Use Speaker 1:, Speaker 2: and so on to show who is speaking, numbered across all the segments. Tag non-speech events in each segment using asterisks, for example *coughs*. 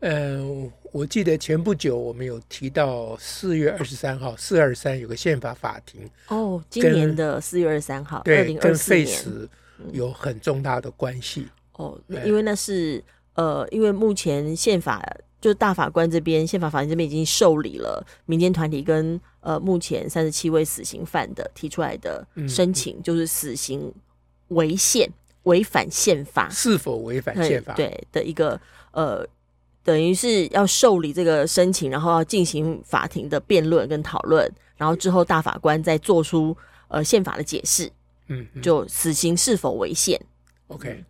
Speaker 1: 嗯，我记得前不久我们有提到四月二十三号，四二三有个宪法法庭，
Speaker 2: 哦，今
Speaker 1: 跟
Speaker 2: 年的四月二十三号，二
Speaker 1: 对，
Speaker 2: 零二
Speaker 1: 跟
Speaker 2: 四
Speaker 1: 废
Speaker 2: 年。嗯
Speaker 1: 死有很重大的关系。
Speaker 2: 哦，
Speaker 1: 对
Speaker 2: 因为那是呃，因为目前宪法就大法官这边，宪法法庭这边已经受理了民间团体跟呃目前三十七位死刑犯的提出来的
Speaker 1: 嗯
Speaker 2: 申请，就是死刑违宪、违反宪法，
Speaker 1: 是否违反
Speaker 2: 对
Speaker 1: 宪法？，
Speaker 2: 哎对的一个呃。等于是要受理这个申请，然后要进行法庭的辩论跟讨论，然后之后大法官再做出呃宪法的解释，
Speaker 1: 嗯，嗯
Speaker 2: 就嗯死刑是否违宪，
Speaker 1: OK，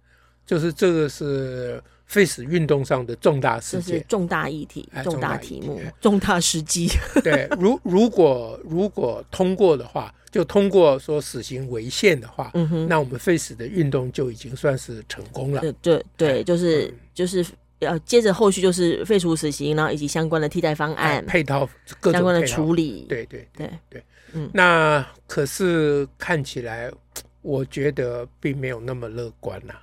Speaker 1: 就是这个是废死运动上的重大
Speaker 2: 这
Speaker 1: 事
Speaker 2: 是
Speaker 1: 件。
Speaker 2: 重大议题、
Speaker 1: 哎
Speaker 2: 重
Speaker 1: 重
Speaker 2: 大
Speaker 1: 大
Speaker 2: 题
Speaker 1: 议题
Speaker 2: 目
Speaker 1: 哎、
Speaker 2: 重大时机。 *laughs*
Speaker 1: 对，如如果如果通过的话，就通过说死刑违宪的话，
Speaker 2: 嗯哼，
Speaker 1: 那我们废死的运动就已经算是成功
Speaker 2: *laughs*
Speaker 1: 了。
Speaker 2: 对对
Speaker 1: 哎
Speaker 2: 对，就是
Speaker 1: 嗯
Speaker 2: 就是要接着后续就是废除死刑，然后以及相关的替代方
Speaker 1: 哎
Speaker 2: 案、
Speaker 1: 配套各
Speaker 2: 相
Speaker 1: 种
Speaker 2: 关的
Speaker 1: 配套
Speaker 2: 处理。
Speaker 1: 对对
Speaker 2: 对嗯
Speaker 1: 那可是看起来，我觉得并没有那么乐观呐、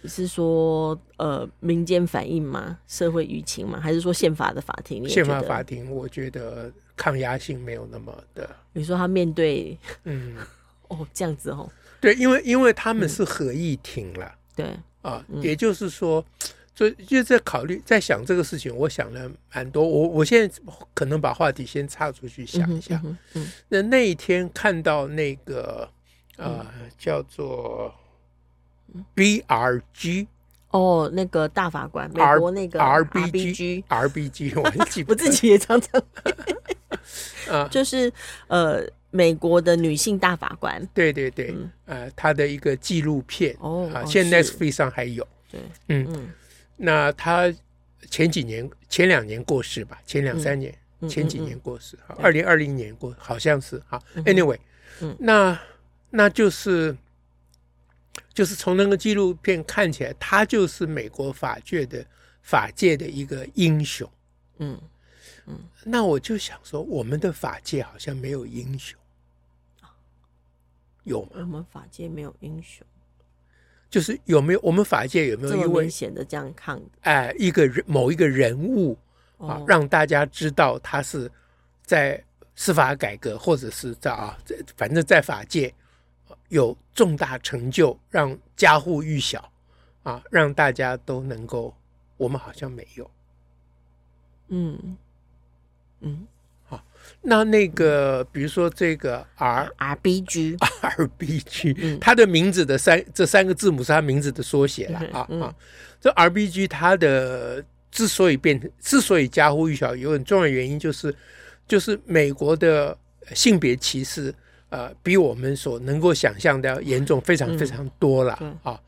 Speaker 2: 你是说呃民间反应吗？社会舆情吗？还是说宪法的法庭？你也
Speaker 1: 宪
Speaker 2: 觉
Speaker 1: 法
Speaker 2: 得
Speaker 1: 法庭，我觉得抗压性没有那么的，
Speaker 2: 你说他面对 *laughs*
Speaker 1: 嗯，
Speaker 2: 哦这样子哦，
Speaker 1: 对，因为因为他
Speaker 2: 嗯
Speaker 1: 们是合议庭了、
Speaker 2: 对，
Speaker 1: 啊，
Speaker 2: 嗯
Speaker 1: 也就是说，所以就在考虑在想这个事情，我想了蛮多。我我现在可能把话题先岔出去想一下。
Speaker 2: 嗯哼嗯哼
Speaker 1: 那那一天看到那个呃、
Speaker 2: 嗯
Speaker 1: 叫做 BRG
Speaker 2: 哦，那个大法官，美
Speaker 1: R
Speaker 2: 国那个
Speaker 1: RBG
Speaker 2: *laughs*
Speaker 1: RBG，我还记不
Speaker 2: 我
Speaker 1: 得
Speaker 2: 自己也常常
Speaker 1: 啊，
Speaker 2: 就是呃美国的女性大法官
Speaker 1: 对对对，呃，他的一个纪录片
Speaker 2: 嗯哦
Speaker 1: 啊，
Speaker 2: 哦
Speaker 1: 现在
Speaker 2: 是
Speaker 1: Netflix 上还有。
Speaker 2: 对，
Speaker 1: 嗯
Speaker 2: 嗯
Speaker 1: 那他前几年、前两年过世吧，前
Speaker 2: 嗯
Speaker 1: 两三年、前几年过世，二零二零年过，好像是哈。Anyway，、
Speaker 2: 嗯
Speaker 1: 那那就是就是从那个纪录片看起来，他就是美国法界的法界的一个英雄。
Speaker 2: 嗯，
Speaker 1: 那我就想说，我们的法界好像没有英雄，有吗？
Speaker 2: 我们法界没有英雄，
Speaker 1: 就是有没有我们法界有没
Speaker 2: 这
Speaker 1: 有一
Speaker 2: 么
Speaker 1: 位
Speaker 2: 明显的这样抗的
Speaker 1: 哎、一个人某一个人物啊，
Speaker 2: 哦，
Speaker 1: 让大家知道他是在司法改革或者是在啊，在反正在法界呃有重大成就，让家喻户晓啊，让大家都能够，我们好像没有。
Speaker 2: 嗯嗯
Speaker 1: 那那个，比如说这个 R
Speaker 2: ，RBG，
Speaker 1: R B G，
Speaker 2: 嗯
Speaker 1: 它的名字的三这三个字母是它名字的缩写啦
Speaker 2: 嗯
Speaker 1: 啊
Speaker 2: 嗯
Speaker 1: 啊！这 R B G 它的之所以变成之所以家喻户晓，有很重要的原因就是就是美国的呃性别歧视呃比我们所能够想象的要严重非常
Speaker 2: 嗯
Speaker 1: 非常多了、
Speaker 2: 对
Speaker 1: 啊！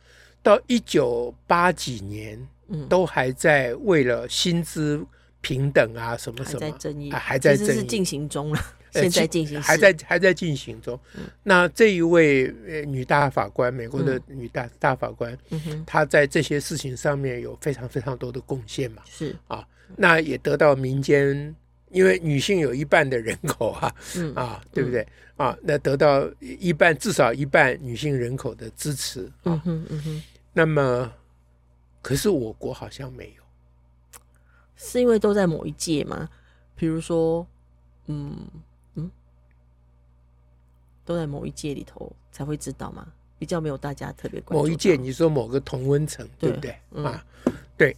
Speaker 1: 到一九八几年
Speaker 2: 嗯，
Speaker 1: 都还在为了薪资平等啊什么
Speaker 2: 还
Speaker 1: 什
Speaker 2: 在
Speaker 1: 么
Speaker 2: 争议，
Speaker 1: 啊还在
Speaker 2: 其
Speaker 1: 争
Speaker 2: 实是
Speaker 1: 议
Speaker 2: 进行中了，
Speaker 1: 呃
Speaker 2: 现在
Speaker 1: 进
Speaker 2: 进行
Speaker 1: 还
Speaker 2: 式嗯
Speaker 1: 在还在进行中。那这一位呃女大法官，美国的女大、大法官，
Speaker 2: 嗯哼，
Speaker 1: 她在这些事情上面有非常非常多的贡献嘛
Speaker 2: 是
Speaker 1: 啊，
Speaker 2: 嗯
Speaker 1: 那也得到民间，因为女性有一半的人口啊
Speaker 2: 嗯
Speaker 1: 啊，对不对啊？那得到一半至少一半女性人口的支持啊。
Speaker 2: 嗯哼嗯哼，
Speaker 1: 那么，可是我国好像没有。
Speaker 2: 是因为都在某一届吗？比如说，嗯嗯，都在某一届里头才会知道吗？比较没有大家特别关注
Speaker 1: 某一届，
Speaker 2: 到
Speaker 1: 你说某个同温层，
Speaker 2: 对嗯
Speaker 1: 对不对？啊，对。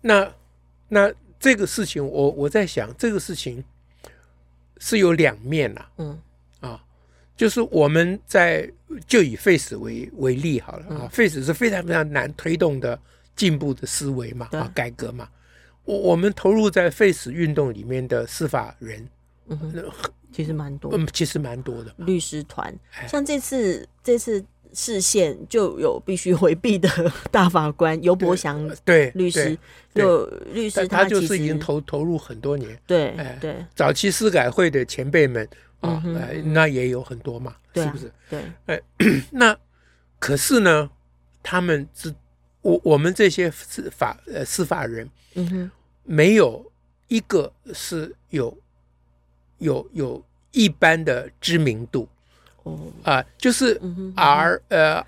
Speaker 1: 那那这个事情我，我在想，这个事情是有两面啦、
Speaker 2: 嗯
Speaker 1: 啊，就是我们在就以 Face 为为例好了
Speaker 2: 嗯
Speaker 1: 啊、f a c e 是非常非常难推动的进步的思维嘛，
Speaker 2: 对
Speaker 1: 啊，改革嘛。我我们投入在 Face 运动里面的司法人，
Speaker 2: 嗯
Speaker 1: 嗯
Speaker 2: 哼，
Speaker 1: 那很
Speaker 2: 其实蛮多的
Speaker 1: 嗯，其实蛮多的。
Speaker 2: 律师团，像这次这次视线就有必须回避的大法官尤伯祥
Speaker 1: *laughs* 对
Speaker 2: 律师，
Speaker 1: 对
Speaker 2: 就律
Speaker 1: 但
Speaker 2: 师
Speaker 1: 他就
Speaker 2: 其
Speaker 1: 是已经
Speaker 2: 实
Speaker 1: 投投入很多年，
Speaker 2: 对
Speaker 1: 哎
Speaker 2: 对
Speaker 1: 早期司改会的前辈们啊
Speaker 2: 嗯、哼
Speaker 1: 呃那也有很多嘛，
Speaker 2: 对
Speaker 1: 是
Speaker 2: 啊
Speaker 1: 不是？
Speaker 2: 对，
Speaker 1: 那可是呢，他们只我我们这些司法呃司法人
Speaker 2: 嗯哼，
Speaker 1: 没有一个是有有有一般的知名度
Speaker 2: 哦，
Speaker 1: 啊、就是
Speaker 2: 嗯哼，
Speaker 1: R 呃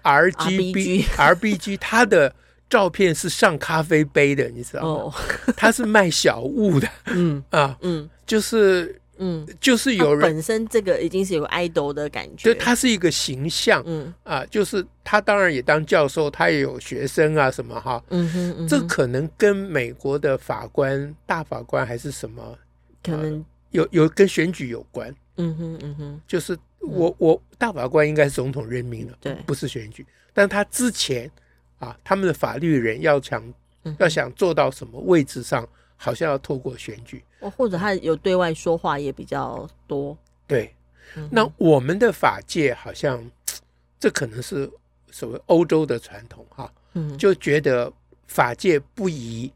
Speaker 2: RBG
Speaker 1: RGB *laughs* RBG 它的照片是上咖啡杯的，你知道吗？
Speaker 2: 哦，
Speaker 1: 它是卖小物的
Speaker 2: 嗯
Speaker 1: 啊，
Speaker 2: *laughs* 嗯
Speaker 1: 就是
Speaker 2: 嗯，
Speaker 1: 就是有
Speaker 2: 他
Speaker 1: 人
Speaker 2: 本身这个已经是有 idol 的感觉，
Speaker 1: 对，它是一个形象
Speaker 2: 嗯
Speaker 1: 啊，就是他当然也当教授，他也有学生啊什么哈。
Speaker 2: 嗯哼，嗯
Speaker 1: 这
Speaker 2: 哼
Speaker 1: 可能跟美国的法官、大法官还是什么
Speaker 2: 可能，
Speaker 1: 有有跟选举有关，
Speaker 2: 嗯哼嗯哼，
Speaker 1: 就是我我大法官应该是总统任命的，
Speaker 2: 对
Speaker 1: 不是选举。但他之前啊，他们的法律人要想
Speaker 2: 嗯哼
Speaker 1: 要想做到什么位置上，好像要透过选举。
Speaker 2: 哦或者他有对外说话也比较多，
Speaker 1: 对，
Speaker 2: 嗯哼
Speaker 1: 那我们的法界好像这可能是所谓欧洲的传统哈、
Speaker 2: 嗯
Speaker 1: 就觉得法界不宜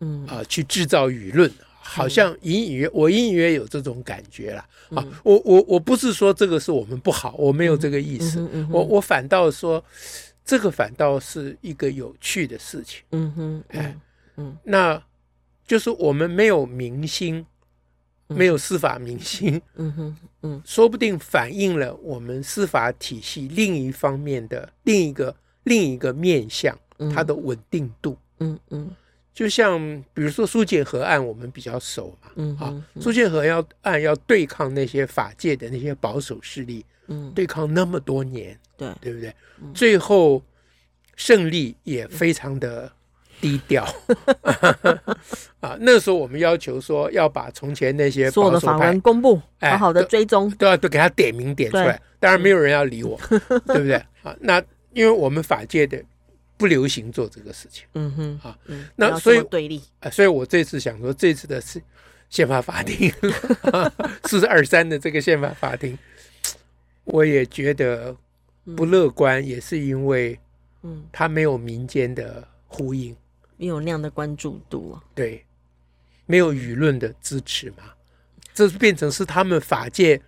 Speaker 2: 嗯
Speaker 1: 啊、去制造舆论，好像隐隐约我隐隐约有这种感觉了啊
Speaker 2: 嗯。
Speaker 1: 我我我不是说这个是我们不好，我没有这个意
Speaker 2: 嗯
Speaker 1: 思，
Speaker 2: 哼嗯哼
Speaker 1: 我我反倒说这个反倒是一个有趣的事情。
Speaker 2: 嗯哼
Speaker 1: 哎
Speaker 2: 嗯嗯
Speaker 1: 那就是我们没有明星，
Speaker 2: 嗯
Speaker 1: 没有司法明星，
Speaker 2: 嗯哼嗯
Speaker 1: 说不定反映了我们司法体系另一方面的另一个另一个面向，
Speaker 2: 嗯
Speaker 1: 它的稳定度。
Speaker 2: 嗯嗯
Speaker 1: 就像比如说苏建和案，我们比较熟嘛，
Speaker 2: 嗯
Speaker 1: 啊
Speaker 2: 嗯，
Speaker 1: 苏建和要案要对抗那些法界的那些保守势力，
Speaker 2: 嗯
Speaker 1: 对抗那么多年，
Speaker 2: 对
Speaker 1: 对不对？
Speaker 2: 嗯
Speaker 1: 最后胜利也非常的低
Speaker 2: *laughs*
Speaker 1: 调啊。那时候我们要求说要把从前那些
Speaker 2: 所有
Speaker 1: 保
Speaker 2: 的
Speaker 1: 守
Speaker 2: 法
Speaker 1: 派
Speaker 2: 官公布，
Speaker 1: 哎
Speaker 2: 好好的
Speaker 1: 对
Speaker 2: 追踪，
Speaker 1: 都要都给他点名点出来，当然没有人要
Speaker 2: *laughs*
Speaker 1: 理我，对不对？啊，那因为我们法界的不流行做这个事情。
Speaker 2: 嗯哼
Speaker 1: 啊，
Speaker 2: 嗯
Speaker 1: 那
Speaker 2: 不要这
Speaker 1: 所以
Speaker 2: 么对立，
Speaker 1: 啊，所以我这次想说，这次的是宪法法庭 *laughs* 四十二三的这个宪法法庭，我也觉得不乐观，也是因为
Speaker 2: 嗯，
Speaker 1: 它没有民间的呼应，
Speaker 2: 没有那样的关注度啊，
Speaker 1: 对，没有舆论的支持嘛，这变成是他们法界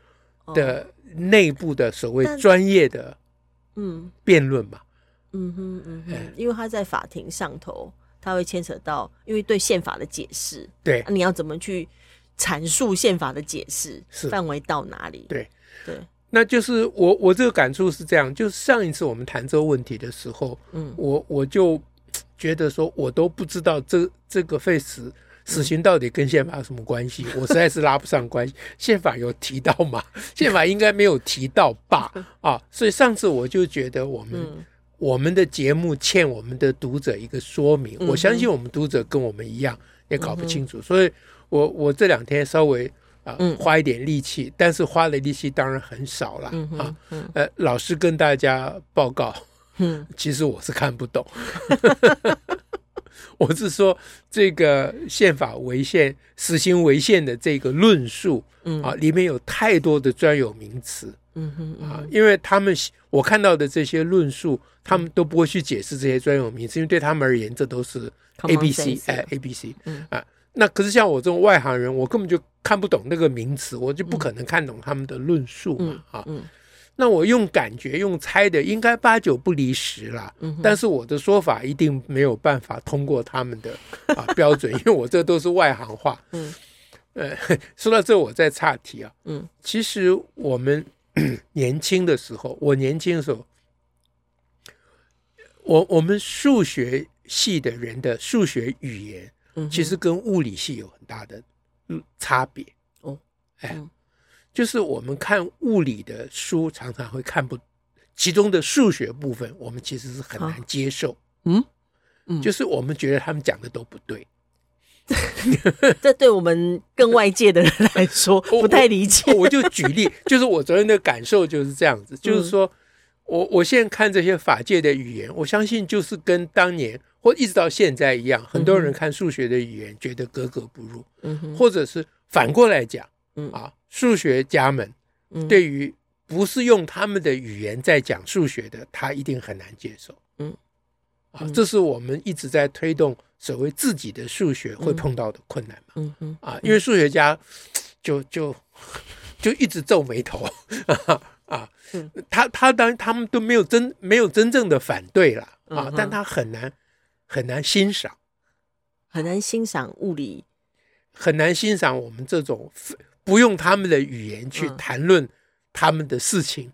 Speaker 2: 哦
Speaker 1: 的内部的所谓
Speaker 2: 但
Speaker 1: 专业的
Speaker 2: 嗯
Speaker 1: 辩论嘛，
Speaker 2: 嗯哼嗯
Speaker 1: 哎
Speaker 2: 哼，因为他在法庭上头，他会牵扯到，因为对宪法的解释，
Speaker 1: 对
Speaker 2: 啊你要怎么去阐述宪法的解释
Speaker 1: 是
Speaker 2: 范围到哪里？
Speaker 1: 对。
Speaker 2: 对，
Speaker 1: 那就是我我这个感触是这样，就是上一次我们谈这个问题的时候，
Speaker 2: 嗯
Speaker 1: 我我就觉得说，我都不知道这这个废死
Speaker 2: 嗯
Speaker 1: 死刑到底跟宪法有什么关系，我实在是拉不上关系。 *laughs* 宪法有提到吗？ *laughs* 宪法应该没有提到
Speaker 2: *laughs*
Speaker 1: 吧？啊，所以上次我就觉得我们、
Speaker 2: 嗯
Speaker 1: 我们的节目欠我们的读者一个说明。
Speaker 2: 嗯哼
Speaker 1: 我相信我们读者跟我们一样也搞不清楚，所以我我这两天稍微啊、
Speaker 2: 嗯
Speaker 1: 花一点力气，但是花的力气当然很少啦。
Speaker 2: 嗯哼
Speaker 1: 啊。
Speaker 2: 嗯
Speaker 1: 呃，老师跟大家报告， *laughs*
Speaker 2: 嗯
Speaker 1: 其实我是看不
Speaker 2: *laughs*
Speaker 1: 懂， *laughs* 我是说这个宪法违宪、死刑违宪的这个论述
Speaker 2: 嗯
Speaker 1: 啊，里面有太多的专有名词
Speaker 2: 嗯哼嗯
Speaker 1: 啊，因为他们我看到的这些论述，他们都不会去解释这些专有名词，因为对他们而言，这都是
Speaker 2: common
Speaker 1: A B C
Speaker 2: sense
Speaker 1: 哎 A B C
Speaker 2: 嗯
Speaker 1: 啊。那可是像我这种外行人，我根本就看不懂那个名词，我就不可能看懂他们的论述嘛啊。
Speaker 2: 嗯
Speaker 1: 那我用感觉用猜的，应该八九不离十啦。
Speaker 2: 嗯哼
Speaker 1: 但是我的说法一定没有办法通过他们的啊标准，因为我这都是外行话。
Speaker 2: 嗯，
Speaker 1: *laughs* 呃，说到这，我再岔题啊。
Speaker 2: 嗯，
Speaker 1: 其实我们 *clears throat* 年轻的时候，我年轻的时候，我我们数学系的人的数学语言，
Speaker 2: 嗯哼
Speaker 1: 其实跟物理系有很大的嗯差别。
Speaker 2: 哦，
Speaker 1: 哎，
Speaker 2: 嗯
Speaker 1: 就是我们看物理的书，常常会看不其中的数学部分，我们其实是很难接受。
Speaker 2: 啊嗯嗯
Speaker 1: 就是我们觉得他们讲的都不
Speaker 2: *laughs*
Speaker 1: 对。
Speaker 2: 这对我们更外界的人来
Speaker 1: *laughs*
Speaker 2: 说不太理解。
Speaker 1: 我就举例，就是我昨天的感受就是这样
Speaker 2: 嗯
Speaker 1: 子，就是说我我现在看这些法界的语言，我相信就是跟当年或一直到现在一样，很
Speaker 2: 嗯
Speaker 1: 多人看数学的语言觉得格格不入，
Speaker 2: 嗯哼
Speaker 1: 或者是反过来讲
Speaker 2: 嗯
Speaker 1: 啊，数学家们
Speaker 2: 嗯
Speaker 1: 对于不是用他们的语言在讲数学的，他一定很难接受。
Speaker 2: 嗯，
Speaker 1: 啊
Speaker 2: 嗯，
Speaker 1: 这是我们一直在推动所谓自己的数学会碰到的困难嘛。
Speaker 2: 嗯嗯
Speaker 1: 啊，因为数学家就就就一直皱眉头 *laughs* 啊啊
Speaker 2: 嗯，
Speaker 1: 他他当然他们都没有真没有真正的反对了
Speaker 2: 嗯
Speaker 1: 啊
Speaker 2: 哼，
Speaker 1: 但他很难很难欣赏。
Speaker 2: 很难欣赏物理，
Speaker 1: 很难欣赏我们这种非不用他们的语言去
Speaker 2: 嗯
Speaker 1: 谈论他们的事情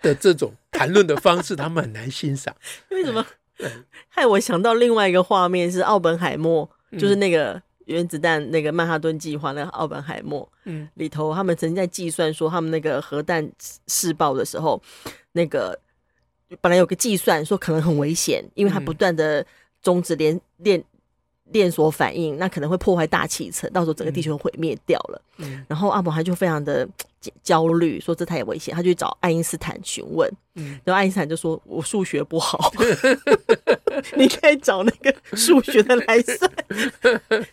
Speaker 1: 的这种 *laughs* 谈论的方式，他们很难欣赏。
Speaker 2: 为什么
Speaker 1: 嗯
Speaker 2: 害我想到另外一个画面是奥本海默，*laughs*
Speaker 1: 嗯
Speaker 2: 就是那个原子弹那个曼哈顿计划那个奥本海默
Speaker 1: 嗯
Speaker 2: 里头，他们曾经在计算说他们那个核弹试爆的时候，那个本来有个计算说可能很危险，因为它
Speaker 1: 嗯
Speaker 2: 不断的终止连链链锁反应，那可能会破坏大气层，到时候整个地球毁灭掉了。
Speaker 1: 嗯
Speaker 2: 然后阿伯还就非常的焦虑，说这太危险，他就去找爱因斯坦询问。
Speaker 1: 嗯，
Speaker 2: 然后爱因斯坦就说：“我数学不
Speaker 1: *laughs*
Speaker 2: 好，你可以找那个数学的来
Speaker 1: *laughs*
Speaker 2: 算。”根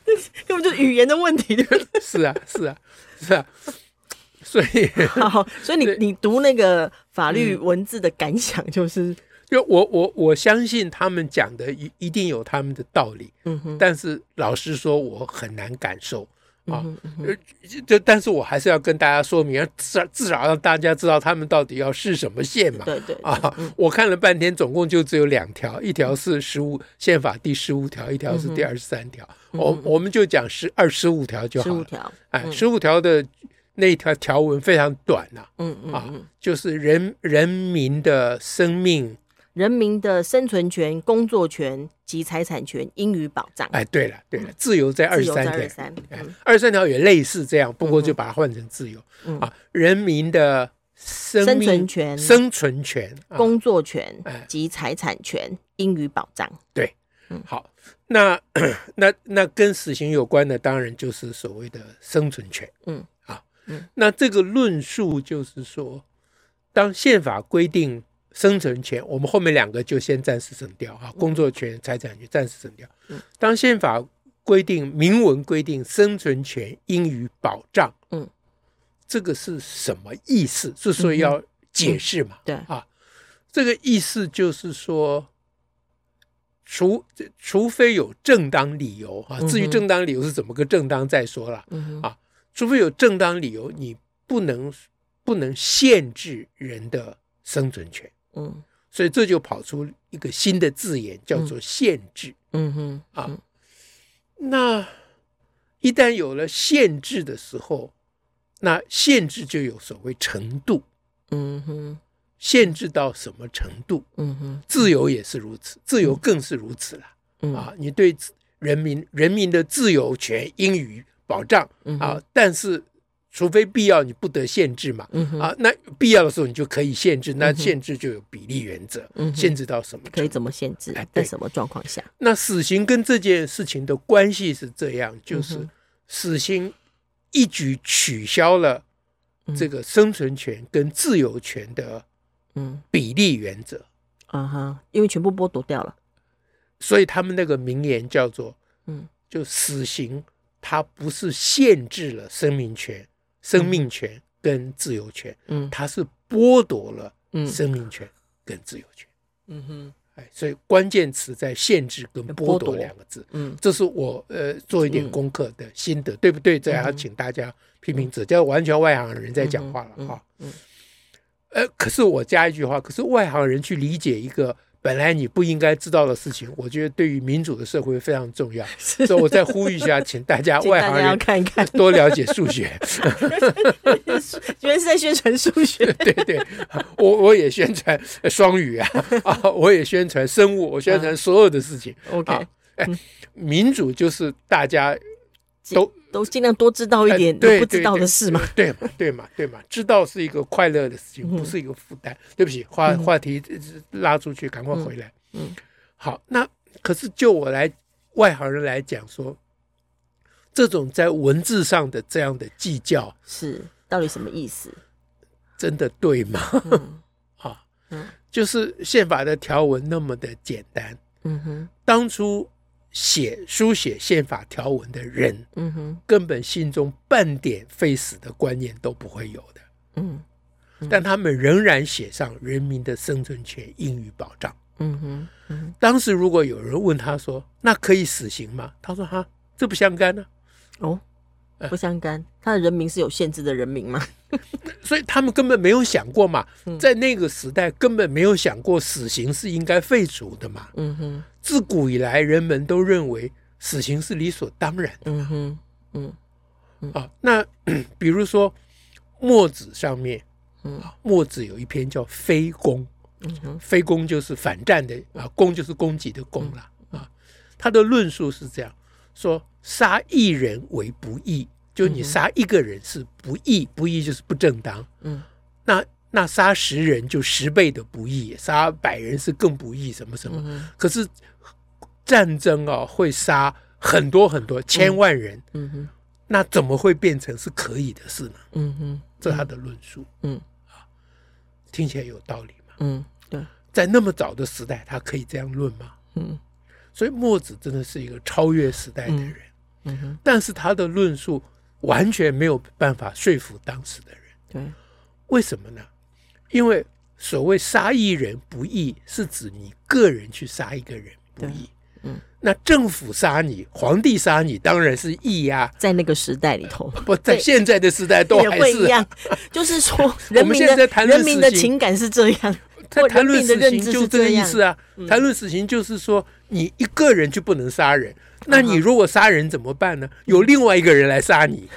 Speaker 2: 本就语言的问题。对不对
Speaker 1: 是啊，是啊，是啊，所以 *laughs*
Speaker 2: 好，所以你
Speaker 1: 对
Speaker 2: 你读那个法律文字的感想就是，
Speaker 1: 就我我我相信他们讲的一一定有他们的道理，
Speaker 2: 嗯哼，
Speaker 1: 但是老实说，我很难感受。啊
Speaker 2: 嗯哼嗯哼
Speaker 1: 呃，这但是我还是要跟大家说明，要至少至少让大家知道他们到底要试什么线嘛。
Speaker 2: 对对
Speaker 1: 啊，
Speaker 2: 嗯
Speaker 1: 我看了半天，总共就只有两条，一条是十五宪法第十五条，一条
Speaker 2: 嗯
Speaker 1: 是第二十三条。我我们就讲十二十五条就
Speaker 2: 十
Speaker 1: 好
Speaker 2: 五嗯
Speaker 1: 了。
Speaker 2: 条，
Speaker 1: 哎，十五条的那一条条文非常短呐、
Speaker 2: 嗯嗯
Speaker 1: 啊
Speaker 2: 嗯，
Speaker 1: 就是人人民的生命。
Speaker 2: 人民的生存权、工作权及财产权应予保障。
Speaker 1: 哎，对了对了，自由在
Speaker 2: 嗯
Speaker 1: 二
Speaker 2: 自
Speaker 1: 十
Speaker 2: 由
Speaker 1: 三
Speaker 2: 在
Speaker 1: 条
Speaker 2: 二。三，嗯
Speaker 1: 二十三条也类似这样，不过就把它换成自由、
Speaker 2: 嗯
Speaker 1: 啊，人民的生
Speaker 2: 生
Speaker 1: 命
Speaker 2: 存权
Speaker 1: 哎生存权、啊、
Speaker 2: 工作权
Speaker 1: 哎
Speaker 2: 及财产权应予保障。
Speaker 1: 啊
Speaker 2: 嗯
Speaker 1: 好，那 *coughs* 那那跟死刑有关的，当然就是所谓的生存权。
Speaker 2: 嗯，
Speaker 1: 啊，
Speaker 2: 嗯
Speaker 1: 那这个论述就是说，当宪法规定生存权，我们后面两个就先暂时省掉啊，工作权、财产权暂时省掉。
Speaker 2: 嗯
Speaker 1: 当宪法规定明文规定生存权应予保障，
Speaker 2: 嗯，
Speaker 1: 这个是什么意思？是说要解释嘛？
Speaker 2: 对，
Speaker 1: 啊，这个意思就是说，除这除非有正当理由啊，
Speaker 2: 嗯哼
Speaker 1: 至于正当理由是怎么个正当再说了，
Speaker 2: 嗯哼，
Speaker 1: 啊除非有正当理由，你不能不能限制人的生存权，
Speaker 2: 嗯
Speaker 1: 所以这就跑出一个新的字眼，叫做限制。
Speaker 2: 嗯哼，
Speaker 1: 啊
Speaker 2: 嗯
Speaker 1: 那一旦有了限制的时候，那限制就有所谓程度，
Speaker 2: 嗯哼，
Speaker 1: 限制到什么程度？
Speaker 2: 嗯哼，
Speaker 1: 自由也是如此，自由更是如此了。
Speaker 2: 嗯
Speaker 1: 啊，你对自人民人民的自由权应予保障
Speaker 2: 嗯哼
Speaker 1: 啊，，但是除非必要，你不得限制嘛。
Speaker 2: 嗯哼，
Speaker 1: 啊，那必要的时候你就可以限制，那
Speaker 2: 嗯哼
Speaker 1: 限制就有比例原则，
Speaker 2: 嗯哼
Speaker 1: 限制到什么程度？
Speaker 2: 可以怎么限制
Speaker 1: 哎？
Speaker 2: 在
Speaker 1: 对
Speaker 2: 什么状况下？
Speaker 1: 那死刑跟这件事情的关系是这样，就
Speaker 2: 嗯
Speaker 1: 是
Speaker 2: 哼
Speaker 1: 死刑一举取消了
Speaker 2: 嗯
Speaker 1: 这个生存权跟自由权的
Speaker 2: 嗯
Speaker 1: 比例原则，
Speaker 2: 啊哈，因为全部剥夺掉了。
Speaker 1: 所以他们那个名言叫做
Speaker 2: 嗯
Speaker 1: 就死刑，它不是限制了生命权、生命权跟自由权，
Speaker 2: 嗯
Speaker 1: 它是剥夺了
Speaker 2: 嗯
Speaker 1: 生命权跟自由权。
Speaker 2: 嗯哼，
Speaker 1: 哎，所以关键词在“限制”跟“剥
Speaker 2: 剥夺
Speaker 1: 夺”两个字，
Speaker 2: 嗯
Speaker 1: 这是我呃做一点功课的心得，对不对？这还要请大家批评指教，完全外行人在讲话了啊。
Speaker 2: 嗯嗯
Speaker 1: 呃，可是我加一句话，可是外行人去理解一个本来你不应该知道的事情，我觉得对于民主的社会非常重要。
Speaker 2: *laughs* 是
Speaker 1: *laughs* 所以我再呼吁一下，请大家
Speaker 2: 请
Speaker 1: 啊外
Speaker 2: 大
Speaker 1: 行
Speaker 2: 家要
Speaker 1: 人，
Speaker 2: 看一看
Speaker 1: 多了解数学。 *laughs*
Speaker 2: 原来是在宣传数
Speaker 1: *laughs*
Speaker 2: 学。
Speaker 1: 对对，我我也宣传呃双
Speaker 2: *laughs*
Speaker 1: 语啊，啊，我也宣传生物，我宣传所有的事情。
Speaker 2: OK，
Speaker 1: 啊民主就是大家
Speaker 2: 都尽量多知道一
Speaker 1: 哎
Speaker 2: 点
Speaker 1: 对
Speaker 2: 都不知道的事嘛。？
Speaker 1: 对对对嘛，对嘛，对嘛，知道是一个快乐的事情，
Speaker 2: 嗯
Speaker 1: 不是一个负担。对不起，话
Speaker 2: 嗯
Speaker 1: 话题呃拉出去，赶快回来。
Speaker 2: 嗯嗯
Speaker 1: 好，那可是就我来外行人来讲说，这种在文字上的这样的计较，
Speaker 2: 是，到底什么意思？
Speaker 1: 真的对吗？
Speaker 2: 嗯
Speaker 1: *laughs* 啊，
Speaker 2: 嗯
Speaker 1: 就是宪法的条文那么的简单，
Speaker 2: 嗯哼，
Speaker 1: 当初写书写宪法条文的人，
Speaker 2: 嗯哼，
Speaker 1: 根本心中半点废死的观念都不会有的。
Speaker 2: 嗯
Speaker 1: 但他们仍然写上人民的生存权应予保障。
Speaker 2: 嗯哼，嗯
Speaker 1: 当时如果有人问他说：“那可以死刑吗？”他说：“哈，这不相干呢、啊
Speaker 2: 哼，哦，
Speaker 1: 哎
Speaker 2: 不相干，他的人民是有限制的人民吗？
Speaker 1: 所以他们根本没有想过嘛
Speaker 2: 嗯，
Speaker 1: 在那个时代根本没有想过死刑是应该废除的嘛。
Speaker 2: 嗯哼，
Speaker 1: 自古以来，人们都认为死刑是理所当然
Speaker 2: 嗯哼，嗯
Speaker 1: 的啊。那比如说墨子上面，
Speaker 2: 嗯
Speaker 1: 啊，墨子有一篇叫《非攻》，
Speaker 2: 嗯哼，
Speaker 1: 非攻就是反战的啊，攻就是攻击的攻啦
Speaker 2: 嗯
Speaker 1: 啊。他的论述是这样说：杀一人为不义，就你杀一个人是不义，不义就是不正当。
Speaker 2: 嗯
Speaker 1: 那那杀十人就十倍的不义，杀百人是更不义，什么什么。
Speaker 2: 嗯
Speaker 1: 可是战争啊，会杀很多很多千万人，
Speaker 2: 嗯哼，
Speaker 1: 那怎么会变成是可以的事呢？
Speaker 2: 嗯哼，
Speaker 1: 这是他的论述。
Speaker 2: 嗯嗯
Speaker 1: 啊，听起来有道理吗？
Speaker 2: 嗯，对，
Speaker 1: 在那么早的时代，他可以这样论吗？
Speaker 2: 嗯
Speaker 1: 所以墨子真的是一个超越时代的人，
Speaker 2: 嗯哼，
Speaker 1: 但是他的论述完全没有办法说服当时的人。
Speaker 2: 对，
Speaker 1: 为什么呢？因为所谓杀一人不义，是指你个人去杀一个人不义。
Speaker 2: 嗯，
Speaker 1: 那政府杀你，皇帝杀你，当然是义呀、
Speaker 2: 在那个时代里头。
Speaker 1: 不，在
Speaker 2: 对
Speaker 1: 现在的时代 *laughs* 都
Speaker 2: 也
Speaker 1: 还
Speaker 2: 会一
Speaker 1: 是
Speaker 2: 样，就是
Speaker 1: *laughs*
Speaker 2: 说人民
Speaker 1: 现在
Speaker 2: 的
Speaker 1: 谈论
Speaker 2: 人民
Speaker 1: 死
Speaker 2: 的
Speaker 1: 刑
Speaker 2: 情感是这样，
Speaker 1: 他
Speaker 2: 或
Speaker 1: 谈
Speaker 2: 人
Speaker 1: 论
Speaker 2: 民
Speaker 1: 死
Speaker 2: 的认
Speaker 1: 刑
Speaker 2: 知
Speaker 1: 就是这个
Speaker 2: 这
Speaker 1: 意
Speaker 2: 样。嗯
Speaker 1: 思啊。谈论死刑就是说，你一个人就不能杀
Speaker 2: *laughs*
Speaker 1: 人，那你如果杀人怎么办呢？有另外一个人来杀
Speaker 2: *laughs*
Speaker 1: 你，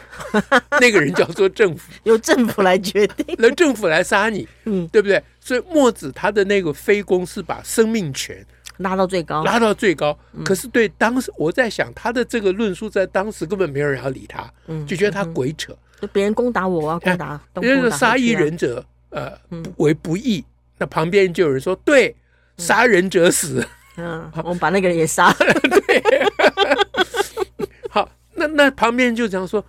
Speaker 1: 那个人叫做政府，
Speaker 2: 由政府来决定。
Speaker 1: 那政府来杀你，
Speaker 2: 嗯，
Speaker 1: 对不对？所以墨子他的那个非攻是把生命权
Speaker 2: 拉到最高。
Speaker 1: 拉到最高，
Speaker 2: 嗯
Speaker 1: 可是对当时我在想他的这个论述在当时根本没有人要理他，
Speaker 2: 嗯
Speaker 1: 就觉得他鬼扯，
Speaker 2: 就别人攻打我，我要
Speaker 1: 哎
Speaker 2: 攻打，东
Speaker 1: 人家
Speaker 2: 攻
Speaker 1: 说
Speaker 2: 打
Speaker 1: 杀
Speaker 2: 西
Speaker 1: 一
Speaker 2: 啊，
Speaker 1: 人者，呃，
Speaker 2: 嗯
Speaker 1: 不为不义，那旁边就有人说对，杀人者死。 *laughs*
Speaker 2: 嗯，我们把那个人也杀了。
Speaker 1: 好，那那旁边就这样说，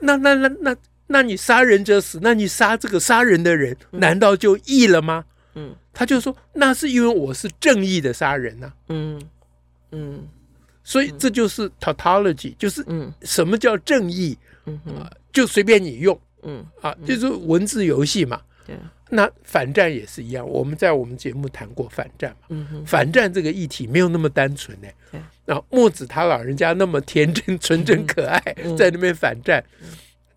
Speaker 1: 那那那那那你杀人者死，那你杀这个杀人的人，难道就义了吗？
Speaker 2: 嗯
Speaker 1: 他就说，那是因为我是正义的杀人呐、啊
Speaker 2: 嗯嗯
Speaker 1: 所以这就是 tautology，就是
Speaker 2: 嗯
Speaker 1: 什么叫正义，
Speaker 2: 嗯哼
Speaker 1: 啊，就随便你用
Speaker 2: 嗯，
Speaker 1: 啊，就是文字游戏嘛。
Speaker 2: 对，啊
Speaker 1: 那反战也是一样，我们在我们节目谈过反战嘛。
Speaker 2: 嗯哼
Speaker 1: 反战这个议题没有那么单纯哎、
Speaker 2: 对
Speaker 1: 那墨子他老人家那么天真、纯真、可爱，
Speaker 2: 嗯
Speaker 1: 在那边反战，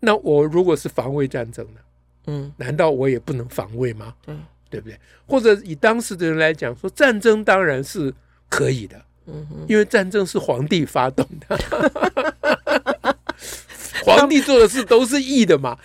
Speaker 1: 那我如果是防卫战争呢？
Speaker 2: 嗯
Speaker 1: 难道我也不能防卫吗？
Speaker 2: 对，
Speaker 1: 对不对？或者以当时的人来讲，说战争当然是可以的，
Speaker 2: 嗯哼，
Speaker 1: 因为战争是皇帝发动的，
Speaker 2: *laughs*
Speaker 1: 皇帝做的事都是义的嘛。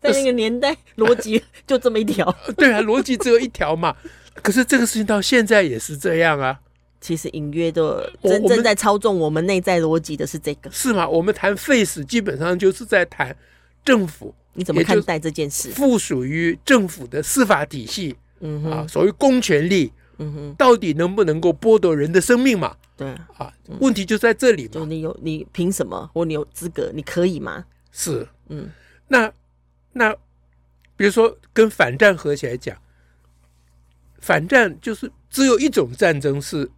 Speaker 2: 在那个年代逻辑就这么一
Speaker 1: *laughs*
Speaker 2: 条，
Speaker 1: 对啊，逻辑只有一条嘛。可是这个事情到现在也是这样啊，
Speaker 2: 其实隐约的
Speaker 1: 我
Speaker 2: 真
Speaker 1: 我
Speaker 2: 正
Speaker 1: 们
Speaker 2: 在操纵我们内在逻辑的是这个，
Speaker 1: 是吗？我们谈 face 基本上就是在谈政府
Speaker 2: 你怎么
Speaker 1: *laughs* 也就
Speaker 2: 看待这件事？
Speaker 1: 附属于政府的司法体系
Speaker 2: 嗯
Speaker 1: 啊，
Speaker 2: 哼
Speaker 1: 所谓公权力
Speaker 2: 嗯哼，
Speaker 1: 到底能不能够剥夺人的生命嘛？
Speaker 2: 对。
Speaker 1: 啊，
Speaker 2: 嗯
Speaker 1: 问题就在这里
Speaker 2: 就
Speaker 1: 嘛。
Speaker 2: 你有你凭什么，或你有资格，你可以吗？
Speaker 1: 是，
Speaker 2: 嗯
Speaker 1: 那那比如说跟反战合起来讲，反战就是只有一种战争是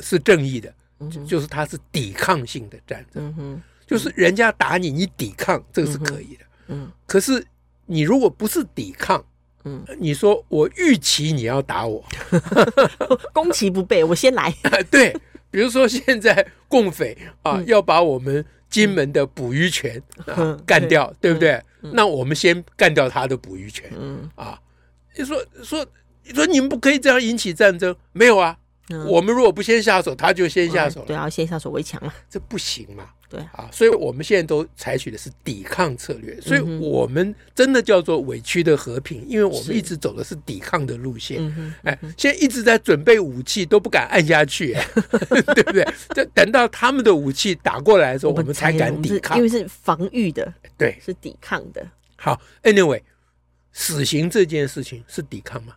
Speaker 1: 是正义的，
Speaker 2: 嗯
Speaker 1: 就
Speaker 2: 哼
Speaker 1: 就是它是抵抗性的战争，
Speaker 2: 嗯哼
Speaker 1: 就是人家打你，你抵抗，这个是可以的。
Speaker 2: 嗯
Speaker 1: 可是你如果不是抵抗，
Speaker 2: 嗯，
Speaker 1: 你说我预期你要打我， *laughs*
Speaker 2: 攻其不备，我先来。
Speaker 1: 对，比如说现在共匪啊、要把我们金门的捕鱼权、啊
Speaker 2: 嗯、
Speaker 1: 干掉，对不对？那我们先干掉他的捕鱼权
Speaker 2: 嗯
Speaker 1: 啊！你说说你说你们不可以这样引起战争？没有啊，
Speaker 2: 嗯
Speaker 1: 我们如果不先下手，他就先下手了，
Speaker 2: 对啊，先下手为强嘛。
Speaker 1: 这不行嘛。
Speaker 2: 对啊，
Speaker 1: 啊，所以我们现在都采取的是抵抗策
Speaker 2: 嗯
Speaker 1: 略，所以我们真的叫做委屈的和平，因为我们一直走的是抵抗的路线。
Speaker 2: 嗯哼，
Speaker 1: 哎，现在一直在准备武器，都不敢按下去， *laughs* 哎对不对？就等到他们的武器打过来的时候，我们才敢
Speaker 2: 我们
Speaker 1: 抵
Speaker 2: 是
Speaker 1: 抗
Speaker 2: 因。为是防御的，
Speaker 1: 对，
Speaker 2: 是抵抗的。
Speaker 1: 好，anyway，死刑这件事情是抵抗吗？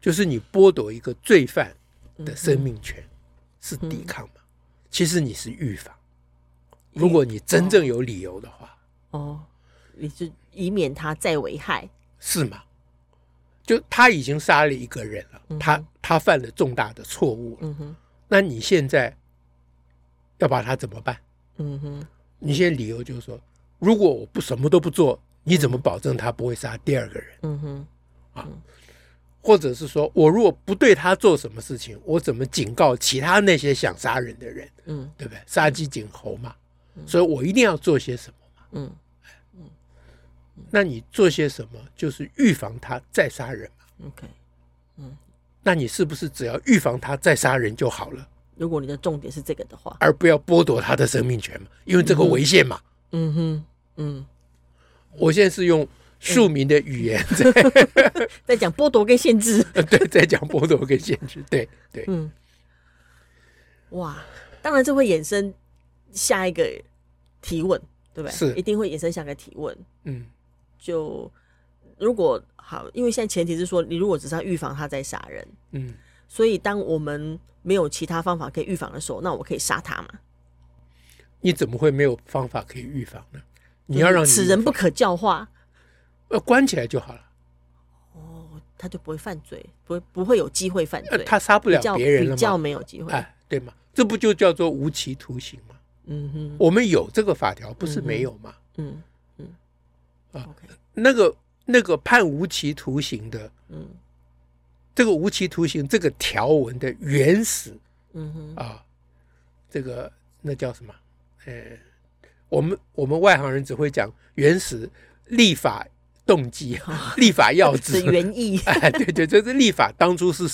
Speaker 1: 就是你剥夺一个罪犯的生命权，是抵抗吗？其实你是预防，如果你真正有理由的话。
Speaker 2: 哦，你是以免他再危害。
Speaker 1: 是吗？就他已经杀了一个人了，他他犯了重大的错误了，
Speaker 2: 嗯哼，
Speaker 1: 那你现在要把他怎么办？
Speaker 2: 嗯哼，
Speaker 1: 你现在理由就是说，如果我不什么都不做，你怎么保证他不会杀第二个人？
Speaker 2: 嗯哼，
Speaker 1: 或者是说我如果不对他做什么事情，我怎么警告其他那些想杀人的人？
Speaker 2: 嗯
Speaker 1: 对不对？杀鸡儆猴嘛，所以我一定要做些什么。哎
Speaker 2: 嗯
Speaker 1: 那你做些什么，就是预防他再杀人嘛。
Speaker 2: ，OK。
Speaker 1: 那你是不是只要预防他再杀人就好了，
Speaker 2: 如果你的重点是这个的话，
Speaker 1: 而不要剥夺他的生命权嘛？因为这个违宪嘛。
Speaker 2: 嗯哼，嗯，
Speaker 1: 我现在是用庶民的语言
Speaker 2: 嗯
Speaker 1: 在、
Speaker 2: 在讲剥夺跟限制，
Speaker 1: 对在 *laughs* 讲剥夺跟限制，对对，
Speaker 2: 嗯，哇，当然这会衍生下一个提问，对不对？
Speaker 1: 是
Speaker 2: 一定会衍生下个提问。
Speaker 1: 嗯
Speaker 2: 就如果好，因为现在前提是说，你如果只是要预防他在杀人，
Speaker 1: 嗯，
Speaker 2: 所以当我们没有其他方法可以预防的时候，那我可以杀他嘛？
Speaker 1: 你怎么会没有方法可以预防呢？你要让
Speaker 2: 就是
Speaker 1: 你
Speaker 2: 此人不可教化，
Speaker 1: 呃关起来就好了，
Speaker 2: 哦，他就不会犯罪，不会不会有机会犯
Speaker 1: 呃
Speaker 2: 罪，
Speaker 1: 他杀不
Speaker 2: 比
Speaker 1: 了
Speaker 2: 较
Speaker 1: 别人
Speaker 2: 比
Speaker 1: 了
Speaker 2: 较
Speaker 1: 嘛，
Speaker 2: 没有机会。
Speaker 1: 哎，对嘛，这不就叫做无期徒刑吗？
Speaker 2: 嗯哼，
Speaker 1: 我们有这个法条，不是没有嘛？
Speaker 2: 嗯嗯，OK，
Speaker 1: 啊那个那个判无期徒刑的
Speaker 2: 嗯
Speaker 1: 这个无期徒刑这个条文的原始
Speaker 2: 嗯哼，
Speaker 1: 啊，这个那叫什么？呃，我们我们外行人只会讲原始立法动机、
Speaker 2: 哦
Speaker 1: *laughs* 立法要
Speaker 2: 是
Speaker 1: 旨。
Speaker 2: 原
Speaker 1: *laughs*
Speaker 2: 意。
Speaker 1: 哎，对对，这是立法当初是，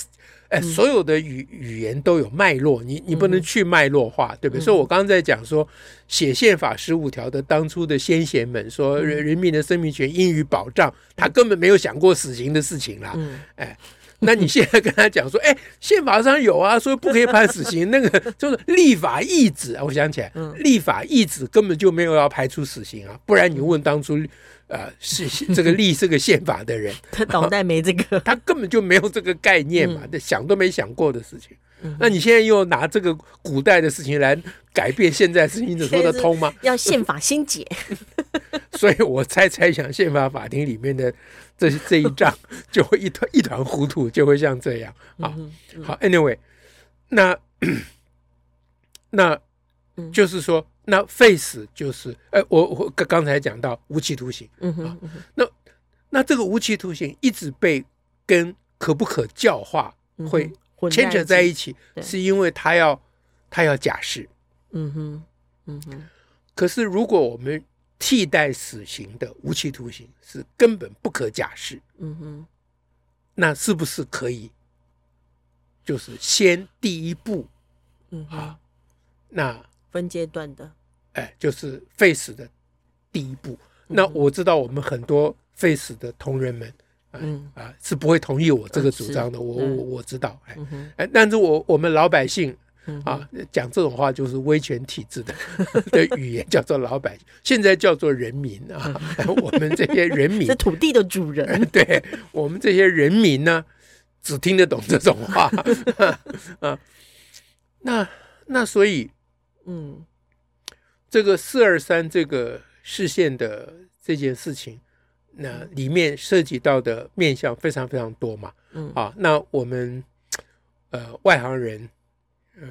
Speaker 1: 哎，所有的语语言都有脉络，你你不能去脉络化，对不对？所以我刚刚在讲说，写宪法十五条的当初的先贤们说，人人民的生命权应予保障，他根本没有想过死刑的事情啦。
Speaker 2: 嗯
Speaker 1: 那你现在跟他讲说，哎，宪法上有啊，说不可以判死刑，那个就是立法意旨。我想起来，立法意旨根本就没有要排除死刑啊，不然你问当初，呃，是是这个立这个宪法的人，
Speaker 2: 他脑袋没这个，
Speaker 1: 他根本就没有这个概念嘛，这想都没想过的事情
Speaker 2: 嗯。
Speaker 1: 那你现在又拿这个古代的事情来改变现在的事情，你说得
Speaker 2: *laughs*
Speaker 1: 通吗？
Speaker 2: 要宪法先解。
Speaker 1: 所以我猜猜想，宪法法庭里面的这这一章就会一团一团糊涂，就会像这样啊。
Speaker 2: 嗯哼
Speaker 1: 好，anyway，那那
Speaker 2: 嗯
Speaker 1: 就是说，那废死就是，哎，我我刚刚才讲到无期徒刑，
Speaker 2: 嗯哼嗯哼
Speaker 1: 那这个无期徒刑一直被跟可不可教化
Speaker 2: 嗯哼，
Speaker 1: 会
Speaker 2: 混
Speaker 1: 牵扯在一起，
Speaker 2: 对
Speaker 1: 是因为他要他要假释。
Speaker 2: 嗯哼嗯哼
Speaker 1: 可是如果我们替代死刑的无期徒刑是根本不可假释，
Speaker 2: 嗯哼
Speaker 1: 那是不是可以就是先第一步
Speaker 2: 嗯哼，
Speaker 1: 啊？那
Speaker 2: 分阶段的，
Speaker 1: 哎，就是废死的第一步。那我知道我们很多废死的同仁们
Speaker 2: 嗯
Speaker 1: 啊是不会同意我这个
Speaker 2: 嗯
Speaker 1: 主
Speaker 2: 是
Speaker 1: 张的，我
Speaker 2: 嗯
Speaker 1: 我我知道，哎
Speaker 2: 嗯哼
Speaker 1: 哎，但是我我们老百姓
Speaker 2: 嗯哼
Speaker 1: 啊，讲这种话就是威权体制的 *laughs* 的语言，叫做老百姓，现在叫做人民啊。我们这些人民
Speaker 2: 嗯 *laughs* 是，土地的主人。
Speaker 1: 对我们这些人民呢，只听得懂这种话 *laughs* 啊。那那所以
Speaker 2: 嗯
Speaker 1: 这个四二三这个视线的这件事情，那里面涉及到的面向非常非常多嘛。
Speaker 2: 嗯
Speaker 1: 啊，那我们呃外行人，呃，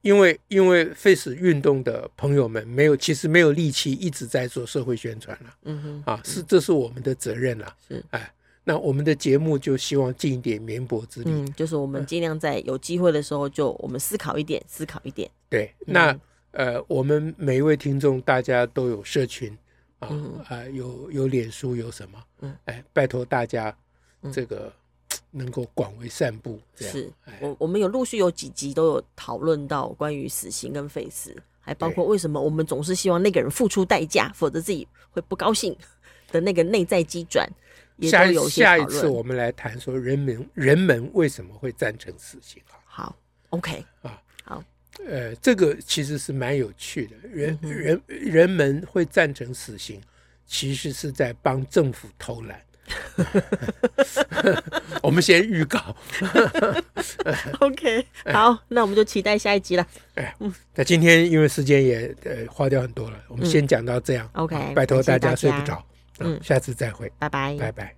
Speaker 1: 因为因为 face 运动的朋友们没有，其实没有力气一直在做社会宣传了
Speaker 2: 嗯哼
Speaker 1: 啊，是这是我们的责任了。
Speaker 2: 是
Speaker 1: 哎，那我们的节目就希望尽一点绵薄之力。
Speaker 2: 嗯，就是我
Speaker 1: 哎
Speaker 2: 们尽量在有机会的时候，就我们思考一点，思考一点。
Speaker 1: 对，
Speaker 2: 嗯
Speaker 1: 那呃，我们每一位听众大家都有社群啊
Speaker 2: 嗯
Speaker 1: 啊、有有脸书有什么？
Speaker 2: 嗯，
Speaker 1: 哎，拜托大家
Speaker 2: 嗯
Speaker 1: 这个能够广为散布，这样
Speaker 2: 是
Speaker 1: 哎
Speaker 2: 我我们有陆续有几集都有讨论到关于死刑跟废死，还包括为什么我们总是希望那个人付出代价，否则自己会不高兴的那个内在机转，也都
Speaker 1: 下一
Speaker 2: 有些
Speaker 1: 下一
Speaker 2: 讨
Speaker 1: 次
Speaker 2: 论。
Speaker 1: 我们来谈说人们人们为什么会赞成死刑啊？
Speaker 2: 好，OK，
Speaker 1: 呃，这个其实是蛮有趣的，人、
Speaker 2: 嗯哼
Speaker 1: 人人们会赞成死刑，其实是在帮政府偷
Speaker 2: *laughs*
Speaker 1: 懒。 *laughs* 我们先预告，
Speaker 2: OK，好，那我们就期待下一集了。
Speaker 1: 那今天因为时间也呃花掉很多了，我们先讲到这样。
Speaker 2: OK，
Speaker 1: 拜托
Speaker 2: 嗯感谢
Speaker 1: 大家
Speaker 2: 大
Speaker 1: 睡不
Speaker 2: 家
Speaker 1: 着，
Speaker 2: 嗯
Speaker 1: 嗯，下次再会，
Speaker 2: 拜拜。
Speaker 1: 拜拜。